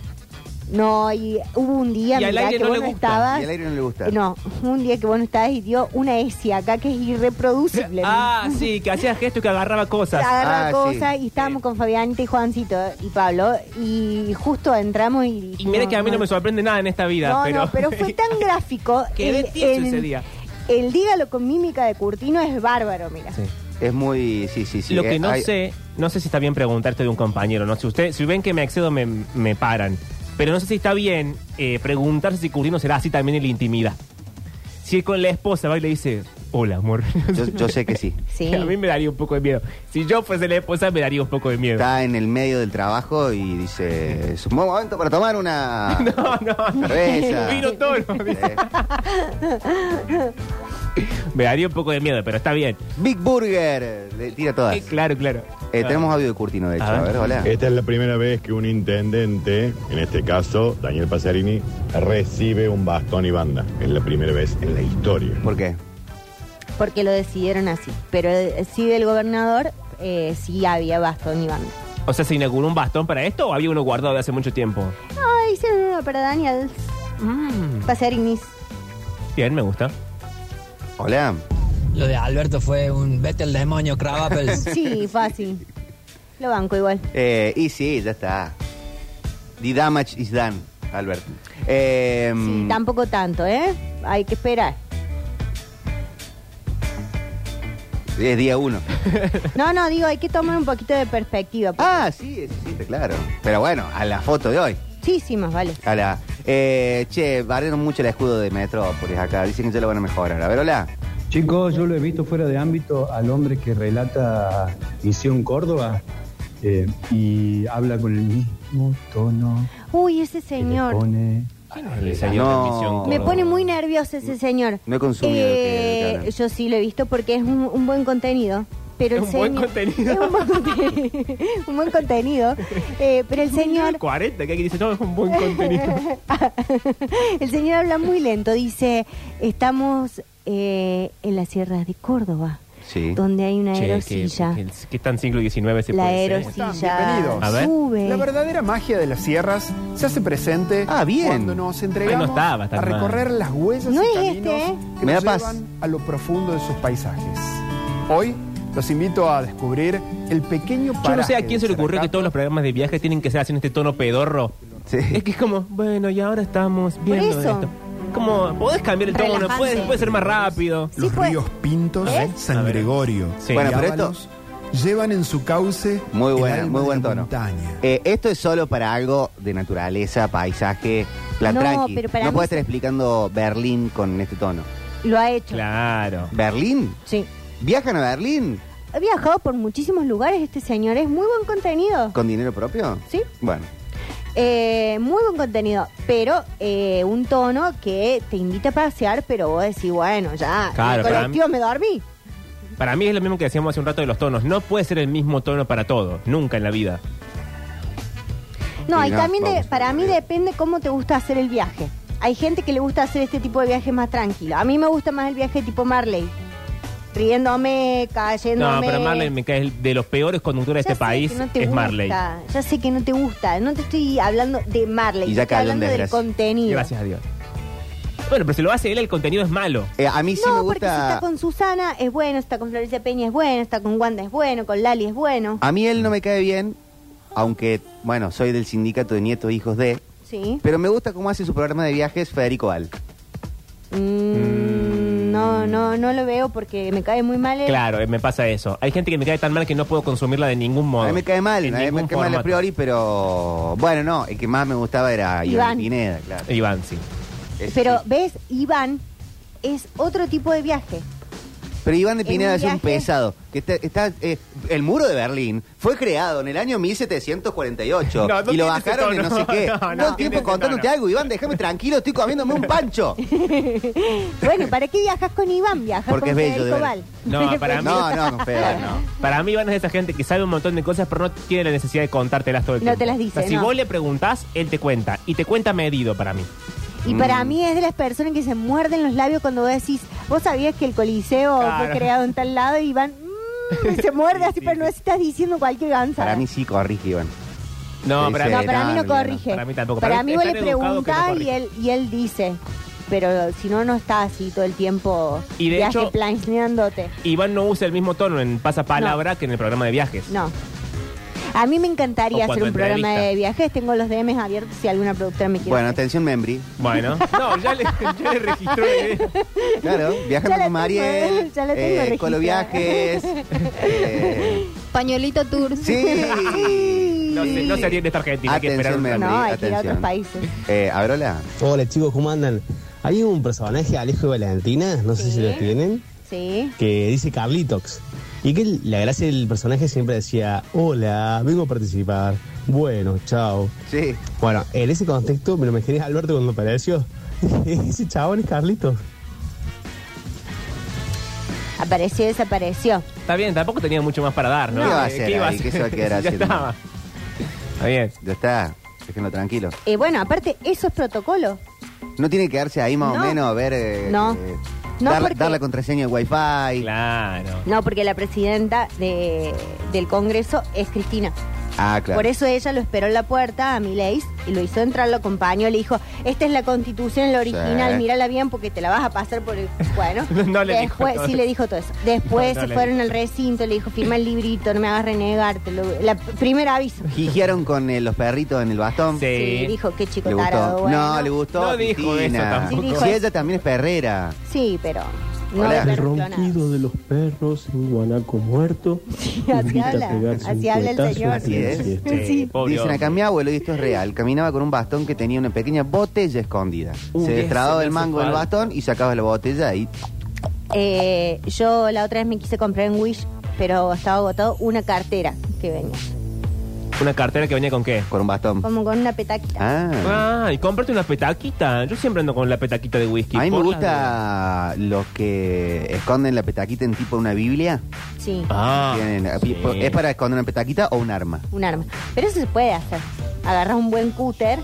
Speaker 3: No, y hubo un día,
Speaker 2: Y al
Speaker 3: mirá,
Speaker 2: aire
Speaker 3: que
Speaker 2: no
Speaker 3: vos
Speaker 2: le
Speaker 3: no
Speaker 2: gusta,
Speaker 3: estabas.
Speaker 1: Y al aire no le gusta.
Speaker 3: Eh, No, un día que vos no estabas y dio una ESI acá que es irreproducible.
Speaker 2: [LAUGHS] Ah, sí, que hacía gestos que agarraba cosas.
Speaker 3: Agarra
Speaker 1: Ah,
Speaker 3: cosas
Speaker 1: sí.
Speaker 3: y estábamos con Fabianita y Juancito y Pablo y justo entramos y...
Speaker 2: Y mira que a mí no me sorprende nada en esta vida,
Speaker 3: No,
Speaker 2: pero...
Speaker 3: no,
Speaker 2: [LAUGHS]
Speaker 3: pero fue tan gráfico.
Speaker 2: Quedé
Speaker 3: el-
Speaker 2: tieso
Speaker 3: el-
Speaker 2: ese día.
Speaker 3: El dígalo con mímica de Curtino es bárbaro, mira.
Speaker 2: Sí.
Speaker 1: Es muy. Sí, sí, sí.
Speaker 2: Lo
Speaker 1: eh,
Speaker 2: que no
Speaker 1: hay-
Speaker 2: sé, no sé si está bien preguntar esto de un compañero, no sé, usted, si ven que me excedo me, me paran, pero no sé si está bien eh, preguntarse si Curtino será así también en la intimidad. Si él con la esposa va y le dice, hola amor, [LAUGHS]
Speaker 1: Yo, yo sé que sí.
Speaker 3: Sí.
Speaker 2: a mí me daría un poco de miedo. Si yo fuese la esposa me daría un poco de miedo.
Speaker 1: Está en el medio del trabajo y dice: Es un buen momento para tomar una.
Speaker 2: [LAUGHS] [LAUGHS] No, no, no.
Speaker 1: Cerveza.
Speaker 2: [LAUGHS] Vino
Speaker 3: [LAUGHS]
Speaker 2: toro.
Speaker 1: Eh,
Speaker 2: me daría un poco de miedo, pero está bien.
Speaker 1: Big Burger. Le tira todas.
Speaker 2: Eh, claro, claro.
Speaker 1: Eh, tenemos audio de Curtino, de hecho.
Speaker 2: A
Speaker 1: A
Speaker 2: ver.
Speaker 1: ver, hola.
Speaker 5: Eh.
Speaker 6: Esta es la primera vez que un intendente, en este caso Daniel Pasarini, recibe un bastón y banda. Es la primera vez en la historia.
Speaker 1: ¿Por qué?
Speaker 3: Porque lo decidieron así. Pero eh, sí del gobernador, eh, sí había bastón y banda.
Speaker 2: O sea, ¿se inauguró un bastón para esto o había uno guardado de hace mucho tiempo?
Speaker 3: No, hicieron uno para Daniel.
Speaker 2: Mm.
Speaker 3: Para ser Ignis.
Speaker 2: Bien, me gusta.
Speaker 1: Hola.
Speaker 7: Lo de Alberto fue un vete el demonio, Cravapels.
Speaker 1: [LAUGHS]
Speaker 3: Sí, fácil. Lo banco igual.
Speaker 1: Eh, y sí, ya está. The damage is done, Albert. Eh,
Speaker 3: Sí, tampoco tanto, ¿eh? Hay que esperar.
Speaker 1: es día uno.
Speaker 3: No, no, digo, hay que tomar un poquito de perspectiva.
Speaker 1: Ah, sí, sí, sí, claro. Pero bueno, a la foto de hoy.
Speaker 3: Sí, sí, más vale.
Speaker 1: A la, eh, che, barrieron mucho el escudo de Metrópolis acá. Dicen que ya lo van a mejorar. A ver, hola.
Speaker 8: Chicos, yo lo he visto fuera de ámbito al hombre que relata Misión Córdoba eh, y habla con el mismo tono
Speaker 3: Uy, ese
Speaker 8: que le
Speaker 3: señor.
Speaker 8: pone
Speaker 2: El señor
Speaker 1: No.
Speaker 2: de Misión
Speaker 3: Me
Speaker 2: Córdoba.
Speaker 3: pone muy nervioso ese señor. Eh,
Speaker 1: no he consumido lo que- lo que hablan.
Speaker 3: Yo sí lo he visto porque es un, un buen contenido. Pero
Speaker 2: Es
Speaker 3: el
Speaker 2: un buen
Speaker 3: señor-
Speaker 2: contenido.
Speaker 3: [LAUGHS] Es un buen, conte- [LAUGHS] un buen contenido. Eh, pero el señor
Speaker 2: 40, que aquí dice, no, es un buen contenido.
Speaker 3: [LAUGHS] el señor habla muy lento. Dice, estamos eh, en las sierras de Córdoba.
Speaker 1: Sí.
Speaker 3: donde hay una
Speaker 2: Che,
Speaker 3: aerosilla.
Speaker 2: que, que- que tan siglo XIX se
Speaker 3: la
Speaker 2: puede ser?
Speaker 9: ¿Cómo
Speaker 3: aerosilla
Speaker 9: están? Bienvenidos.
Speaker 2: A ver.
Speaker 3: sube.
Speaker 9: La verdadera magia de las sierras se hace presente
Speaker 1: Ah, bien.
Speaker 9: cuando nos entregamos
Speaker 2: Ahí no estaba tan
Speaker 9: a recorrer las huellas
Speaker 3: No
Speaker 9: y
Speaker 3: es
Speaker 9: caminos
Speaker 3: este, ¿eh?
Speaker 9: que
Speaker 1: Me
Speaker 9: nos
Speaker 1: da paz.
Speaker 9: llevan a lo profundo de sus paisajes. Hoy los invito a descubrir el pequeño paraje.
Speaker 2: Yo no sé a quién
Speaker 9: de
Speaker 2: se le ocurrió que todos los
Speaker 9: Cerrato.
Speaker 2: programas de viaje tienen que ser así en este tono pedorro.
Speaker 1: Sí.
Speaker 2: Es que es como, bueno, y ahora estamos viendo
Speaker 3: eso.
Speaker 2: esto. Como, podés cambiar el tono,
Speaker 4: Relajante.
Speaker 2: puede, puede ser más rápido.
Speaker 3: Sí, pues.
Speaker 9: Pintos,
Speaker 2: ¿Eh? A
Speaker 9: San
Speaker 2: ver.
Speaker 9: Gregorio.
Speaker 2: Sí.
Speaker 1: Bueno,
Speaker 9: y
Speaker 1: pero
Speaker 9: Ábalos llevan en su cauce
Speaker 1: Muy
Speaker 9: el
Speaker 1: buena,
Speaker 9: alma
Speaker 1: muy
Speaker 9: de
Speaker 1: buen
Speaker 9: la
Speaker 1: tono.
Speaker 9: montaña.
Speaker 1: Eh, esto es solo para algo de naturaleza, paisaje, plan
Speaker 3: No,
Speaker 1: tranqui.
Speaker 3: pero para
Speaker 1: no
Speaker 3: mí
Speaker 1: puede
Speaker 3: se-
Speaker 1: estar explicando Berlín con este tono.
Speaker 3: Lo ha hecho.
Speaker 2: Claro.
Speaker 1: ¿Berlín?
Speaker 3: Sí.
Speaker 1: ¿Viajan a Berlín?
Speaker 3: Ha viajado por muchísimos lugares este señor. Es muy buen contenido.
Speaker 1: ¿Con dinero propio?
Speaker 3: Sí.
Speaker 1: Bueno.
Speaker 3: Eh, muy buen contenido, pero eh, un tono que te invita a pasear, pero vos decís, bueno, ya,
Speaker 2: Claro,
Speaker 3: en el
Speaker 2: para
Speaker 3: colectivo me dormí.
Speaker 2: Para mí es lo mismo que decíamos hace un rato de los tonos. No puede ser el mismo tono para todo, nunca en la vida.
Speaker 3: No,
Speaker 1: Y
Speaker 3: y
Speaker 1: no,
Speaker 3: también de-
Speaker 1: vamos,
Speaker 3: para mí
Speaker 1: bien.
Speaker 3: depende cómo te gusta hacer el viaje. Hay gente que le gusta hacer este tipo de viajes más tranquilo. A mí me gusta más el viaje tipo Marley. Riéndome, cayéndome.
Speaker 2: No, pero Marley me cae el- de los peores conductores
Speaker 3: Ya
Speaker 2: de
Speaker 3: sé
Speaker 2: este país.
Speaker 3: que no te
Speaker 2: es
Speaker 3: gusta,
Speaker 2: Marley.
Speaker 3: Ya sé que no te gusta. No te estoy hablando de Marley.
Speaker 1: Y ya
Speaker 3: estoy
Speaker 1: cayó en
Speaker 3: hablando del
Speaker 1: desgracia.
Speaker 3: contenido.
Speaker 2: Gracias a Dios. Bueno, pero si lo hace él, el contenido es malo.
Speaker 1: Eh, a mí sí
Speaker 3: no,
Speaker 1: me
Speaker 3: porque si
Speaker 1: gusta.
Speaker 3: está con Susana es bueno, está con Florencia Peña es bueno, está con Wanda es bueno, con Lali es bueno.
Speaker 2: Ah.
Speaker 1: A mí él no me cae bien, aunque, bueno, soy del sindicato de nietos e hijos de.
Speaker 3: Sí.
Speaker 1: Pero me gusta cómo hace su programa de viajes Federico Val.
Speaker 3: Mm, no, no, no lo veo porque me cae muy mal. el-
Speaker 2: Claro, eh, me pasa eso. Hay gente que me cae tan mal que no puedo consumirla de ningún modo.
Speaker 1: A mí me cae mal,
Speaker 2: En
Speaker 1: a mí me
Speaker 2: ningún
Speaker 1: cae mal a
Speaker 2: formato.
Speaker 1: priori, pero bueno, no, el que más me gustaba era Iván
Speaker 3: Iván.
Speaker 1: Pineda, claro.
Speaker 2: Iván, sí.
Speaker 1: Ese
Speaker 3: Pero
Speaker 1: sí.
Speaker 3: ves, Iván es otro tipo de viaje.
Speaker 1: Pero Iván de
Speaker 3: en
Speaker 1: Pineda
Speaker 3: un
Speaker 1: es un
Speaker 3: viaje-
Speaker 1: pesado. Que está, está, eh, el muro de Berlín fue creado en el año 1748
Speaker 2: No, no
Speaker 1: y lo
Speaker 2: tiene
Speaker 1: bajaron
Speaker 2: ese
Speaker 1: en no
Speaker 2: tono.
Speaker 1: sé qué.
Speaker 2: [LAUGHS] No, no,
Speaker 1: Todo el
Speaker 2: no tiene
Speaker 1: tiempo
Speaker 2: ese
Speaker 1: contándote
Speaker 2: tono.
Speaker 1: algo, Iván, déjame tranquilo, estoy comiéndome un pancho.
Speaker 3: Bueno, ¿para qué viajas con Iván? Viajas
Speaker 1: Porque
Speaker 3: con
Speaker 1: es bello,
Speaker 3: Federico
Speaker 1: de
Speaker 3: Val.
Speaker 1: verdad.
Speaker 3: [LAUGHS]
Speaker 2: No, [LAUGHS] para mí-
Speaker 1: No, no, con Federico, no.
Speaker 2: Para mí Iván es esa gente que sabe un montón de cosas, pero no tiene la necesidad de contártelas todo el
Speaker 3: No
Speaker 2: tiempo.
Speaker 3: te las dice,
Speaker 2: O sea, si
Speaker 3: no.
Speaker 2: vos le preguntás, él te cuenta. Y te cuenta medido para mí.
Speaker 3: Y
Speaker 2: Mm.
Speaker 3: para mí es de las personas que se muerden los labios cuando vos decís, vos sabías que el Coliseo
Speaker 2: Claro.
Speaker 3: fue creado en tal lado y Iván mm, se muerde así,
Speaker 2: sí,
Speaker 3: pero no
Speaker 2: sí.
Speaker 3: estás diciendo cualquier ganza.
Speaker 1: Para mí sí corrige, Iván.
Speaker 2: No,
Speaker 1: Sí,
Speaker 2: para
Speaker 1: sí.
Speaker 2: mí...
Speaker 3: No, para mí no
Speaker 1: no,
Speaker 3: corrige.
Speaker 2: para mí tampoco.
Speaker 3: Para,
Speaker 2: Para mí
Speaker 3: mí
Speaker 2: es
Speaker 3: vos
Speaker 2: tan
Speaker 3: le
Speaker 2: educado que no
Speaker 3: preguntás y
Speaker 2: corrige.
Speaker 3: él, y él dice. Pero si no, no está así todo el tiempo
Speaker 2: Y de
Speaker 3: viaje
Speaker 2: hecho-
Speaker 3: planeándote.
Speaker 2: Iván no usa el mismo tono en pasapalabra que en el programa de viajes.
Speaker 3: No. A mí me
Speaker 2: O
Speaker 3: encantaría hacer
Speaker 2: cuando
Speaker 3: un programa
Speaker 2: entrevista.
Speaker 3: de viajes. Tengo los DMs abiertos si alguna productora me quiere.
Speaker 1: Bueno,
Speaker 3: hacer.
Speaker 1: atención, Membri.
Speaker 3: [LAUGHS]
Speaker 2: Bueno. No, ya le, ya le registró ¿eh? la idea.
Speaker 1: Claro,
Speaker 3: Ya
Speaker 1: viajando
Speaker 3: la
Speaker 1: con Mariel,
Speaker 3: tengo, ya la tengo
Speaker 1: eh,
Speaker 3: registrada.
Speaker 1: Coloviajes.
Speaker 3: [LAUGHS]
Speaker 1: eh,
Speaker 4: Pañuelito Tours.
Speaker 1: sí.
Speaker 2: No se, no se atiende esta Argentina. hay que esperar
Speaker 1: Atención,
Speaker 2: un rato.
Speaker 1: Membri.
Speaker 3: No, hay que ir a
Speaker 1: atención.
Speaker 3: otros países.
Speaker 1: Eh, Abrola.
Speaker 5: Hola chicos, ¿cómo andan? Hay un personaje, Alejo y Valentina, no sé
Speaker 3: Sí.
Speaker 5: si lo tienen,
Speaker 3: Sí.
Speaker 5: que dice Carlitox. Y que el- la gracia del personaje siempre decía, hola, vengo a participar, bueno, [LAUGHS] chao.
Speaker 1: Sí.
Speaker 5: Bueno, en ese contexto me lo imaginé a Alberto cuando
Speaker 1: [LAUGHS]
Speaker 5: apareció. ese chabón es Carlitos.
Speaker 3: Apareció, desapareció.
Speaker 2: Está bien, tampoco tenía mucho más para dar, ¿no?
Speaker 1: ¿Qué va a
Speaker 2: Eh,
Speaker 1: hacer ahí? ¿Qué se va a quedar
Speaker 2: [LAUGHS] ya
Speaker 1: haciendo?
Speaker 2: estaba. Está bien.
Speaker 1: Ya está. Déjenlo tranquilo.
Speaker 3: Eh, bueno, aparte, eso es protocolo.
Speaker 1: No tiene que quedarse ahí más
Speaker 3: No.
Speaker 1: o menos a ver. eh,
Speaker 3: No.
Speaker 1: eh,
Speaker 3: No,
Speaker 1: dar,
Speaker 3: porque-
Speaker 1: dar la contraseña de Wi-Fi.
Speaker 2: Claro.
Speaker 3: No, porque la presidenta de- del Congreso es Cristina.
Speaker 1: Ah, claro.
Speaker 3: Por eso ella lo esperó en la puerta a Mileis y lo hizo entrar, lo acompañó, le dijo, esta es la constitución, la original,
Speaker 1: Sí.
Speaker 3: mírala bien porque te la vas a pasar por el... Bueno,
Speaker 2: [LAUGHS] No le dijo
Speaker 3: después,
Speaker 2: todo
Speaker 3: sí
Speaker 2: eso.
Speaker 3: le dijo todo eso.
Speaker 2: No,
Speaker 3: Después
Speaker 2: no
Speaker 3: se
Speaker 2: le
Speaker 3: fueron
Speaker 2: dijo.
Speaker 3: al recinto, le dijo, firma el librito, no me hagas renegarte. lo- la primer aviso.
Speaker 1: Gijearon con eh, los perritos en el bastón.
Speaker 2: Sí.
Speaker 3: Sí, dijo, qué chico
Speaker 1: ¿Le gustó?
Speaker 3: tarado. bueno".
Speaker 1: No, le gustó.
Speaker 2: No dijo
Speaker 1: Cristina.
Speaker 2: eso tampoco.
Speaker 3: Sí, dijo
Speaker 1: Si
Speaker 3: eso.
Speaker 1: ella también es perrera.
Speaker 3: Sí, pero... No
Speaker 1: Hola.
Speaker 3: de
Speaker 10: El
Speaker 3: perros
Speaker 10: ronquido
Speaker 3: [LAUGHS]
Speaker 10: de los perros, un guanaco muerto.
Speaker 3: clonados. Así
Speaker 10: invita a
Speaker 3: habla,
Speaker 10: pegarse un
Speaker 3: así habla el
Speaker 10: cohetazo
Speaker 3: señor.
Speaker 1: Así es.
Speaker 10: Sí.
Speaker 2: Sí, pobre
Speaker 1: Dicen acá mi
Speaker 2: hombre.
Speaker 1: abuelo, y esto es real, caminaba con un bastón que tenía una pequeña botella escondida.
Speaker 2: Uy,
Speaker 1: se
Speaker 2: ese
Speaker 1: destrababa
Speaker 2: me
Speaker 1: el
Speaker 2: hace
Speaker 1: mango del
Speaker 2: falta.
Speaker 1: bastón y sacaba la botella y
Speaker 3: Eh, yo la otra vez me quise comprar en Wish, pero estaba agotado una cartera que venía.
Speaker 2: ¿Una cartera que venía con qué?
Speaker 1: con un bastón.
Speaker 3: Como con una petaquita.
Speaker 1: Ah.
Speaker 2: Ah, y cómprate una petaquita. Yo siempre ando con la petaquita de whisky.
Speaker 1: A mí me
Speaker 2: por las dudas.
Speaker 1: gusta los que esconden la petaquita en tipo una Biblia.
Speaker 3: Sí,
Speaker 2: Ah,
Speaker 1: Tienen- eh,
Speaker 2: sí.
Speaker 1: ¿Es para esconder una petaquita o un arma?
Speaker 3: un arma. Pero eso se puede hacer. Agarras un buen cúter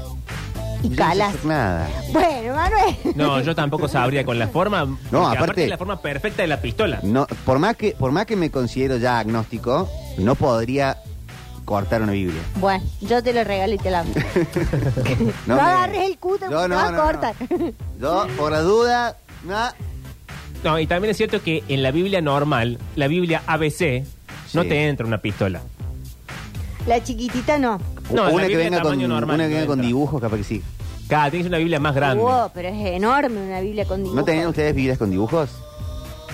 Speaker 3: y
Speaker 1: Yo no sé
Speaker 3: calas.
Speaker 1: hacer nada.
Speaker 3: Bueno, Manuel.
Speaker 2: No, yo tampoco sabría con la forma. No,
Speaker 1: aparte-
Speaker 2: es la forma perfecta de la pistola.
Speaker 1: No, por más que, por más que me considero ya agnóstico, no podría cortar una Biblia.
Speaker 3: Bueno, yo te lo regalo y te la
Speaker 1: No
Speaker 3: No,
Speaker 1: me-
Speaker 3: agarres el cúter,
Speaker 1: No,
Speaker 3: no,
Speaker 1: no,
Speaker 3: vas a
Speaker 1: no, no.
Speaker 3: cortar.
Speaker 1: Yo, por la duda, no.
Speaker 2: No, y también es cierto que en la Biblia normal, la Biblia ABC, no
Speaker 1: Sí.
Speaker 2: te entra una pistola.
Speaker 3: La chiquitita no.
Speaker 2: No, la
Speaker 1: una que
Speaker 2: Biblia
Speaker 1: venga con,
Speaker 2: tamaño normal
Speaker 1: una
Speaker 2: no
Speaker 1: que venga con
Speaker 2: entra.
Speaker 1: dibujos, capaz que sí.
Speaker 2: Cada tienes una Biblia más grande.
Speaker 3: Wow, pero es enorme una Biblia con dibujos.
Speaker 1: ¿No tenían ustedes Biblias con dibujos?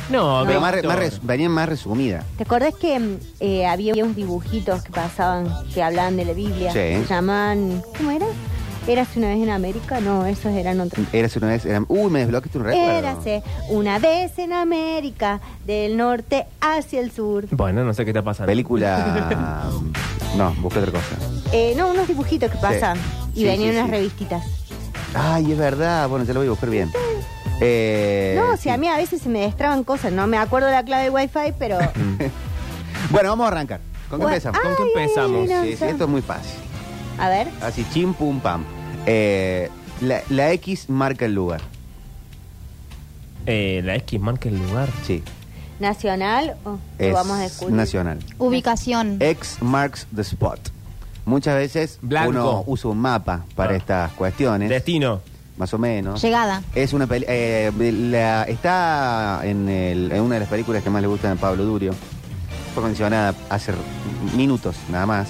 Speaker 2: No,
Speaker 1: Pero más, re-
Speaker 2: Víctor.
Speaker 1: más res- venían más resumidas.
Speaker 3: ¿Te acordás que mm, eh, había unos dibujitos que pasaban, que hablaban de la Biblia?
Speaker 1: Sí.
Speaker 3: Se llamaban... ¿Cómo era? ¿Eras una vez en América? No, esos eran otros.
Speaker 1: Eras una vez. eran- uy, me desbloqueaste un recuerdo.
Speaker 3: Érase una vez en América, del norte hacia el sur.
Speaker 2: Bueno, no sé qué está pasando.
Speaker 3: [LAUGHS]
Speaker 1: Película. mm, no, busqué otra cosa.
Speaker 3: Eh, no, unos dibujitos que pasaban. Y
Speaker 1: Sí,
Speaker 3: venían
Speaker 1: sí,
Speaker 3: unas
Speaker 1: sí.
Speaker 3: revistitas.
Speaker 1: Ay, es verdad. Bueno, ya lo voy a buscar bien. Eh,
Speaker 3: no, si a mí a veces se me destraban cosas. No me acuerdo la clave de Wi-Fi,
Speaker 1: [LAUGHS]
Speaker 3: pero...
Speaker 1: Bueno, vamos a arrancar. ¿Con qué
Speaker 3: Bueno,
Speaker 1: empezamos?
Speaker 2: ¿Con qué empezamos?
Speaker 3: mira.
Speaker 1: Sí, sí, esto es muy fácil.
Speaker 3: A ver,
Speaker 1: Así, chim, pum, pam. Eh, la, la X marca el lugar.
Speaker 2: Eh, la X marca el lugar.
Speaker 1: Sí.
Speaker 3: nacional, o
Speaker 1: Es
Speaker 3: lo vamos a descubrir.
Speaker 1: nacional.
Speaker 4: [LAUGHS] Ubicación.
Speaker 2: Eh,
Speaker 1: X marks the spot. Muchas veces
Speaker 2: Blanco.
Speaker 1: uno usa un mapa para
Speaker 2: Ah.
Speaker 1: estas cuestiones.
Speaker 2: Destino.
Speaker 1: Más o menos.
Speaker 4: Llegada.
Speaker 1: Es una peli eh, la- está en, el- en una de las películas que más le gustan a Pablo Durio. Fue mencionada hace r- minutos, nada más.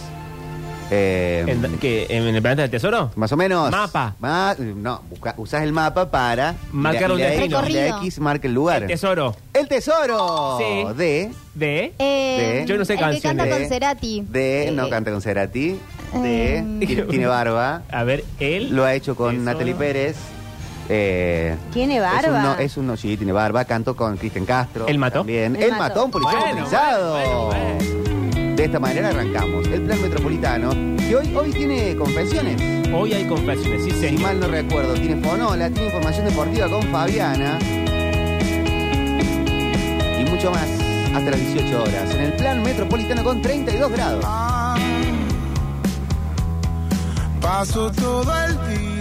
Speaker 1: Eh,
Speaker 2: ¿En, qué, en el planeta del tesoro?
Speaker 1: más o menos.
Speaker 2: Mapa.
Speaker 1: Ma- no, busca- usás el mapa para.
Speaker 2: Marcar un
Speaker 1: y la- y la-
Speaker 2: destino.
Speaker 1: y la
Speaker 4: Recorrido.
Speaker 1: X marca el lugar.
Speaker 2: El tesoro.
Speaker 1: El tesoro
Speaker 2: Sí.
Speaker 1: de.
Speaker 2: De.
Speaker 4: Eh,
Speaker 1: Yo
Speaker 2: no sé
Speaker 4: el
Speaker 2: canciones.
Speaker 4: que canta
Speaker 1: De-
Speaker 4: con Cerati.
Speaker 1: De.
Speaker 4: Eh,
Speaker 1: No canta con Cerati. De.
Speaker 4: Em.
Speaker 1: tiene- Tiene barba.
Speaker 2: A ver, él.
Speaker 1: Lo ha hecho con
Speaker 2: Tesoro.
Speaker 1: Natalie Pérez. Eh,
Speaker 3: Tiene barba.
Speaker 1: Es un, no, es un no, sí, tiene barba. Cantó con Cristian Castro.
Speaker 2: ¿Él mató?
Speaker 1: También.
Speaker 3: Él
Speaker 1: Él
Speaker 3: mató.
Speaker 1: mató un policía
Speaker 2: Bueno,
Speaker 1: motorizado.
Speaker 2: bueno,
Speaker 1: De esta manera arrancamos el plan metropolitano, que hoy, hoy tiene confesiones.
Speaker 2: Hoy hay confesiones, sí,
Speaker 1: Si
Speaker 2: señor.
Speaker 1: mal no recuerdo, tiene Fonola, tiene información deportiva con Fabiana. Y mucho más hasta las 18 horas en el plan metropolitano con 32 grados.
Speaker 11: Paso todo el día.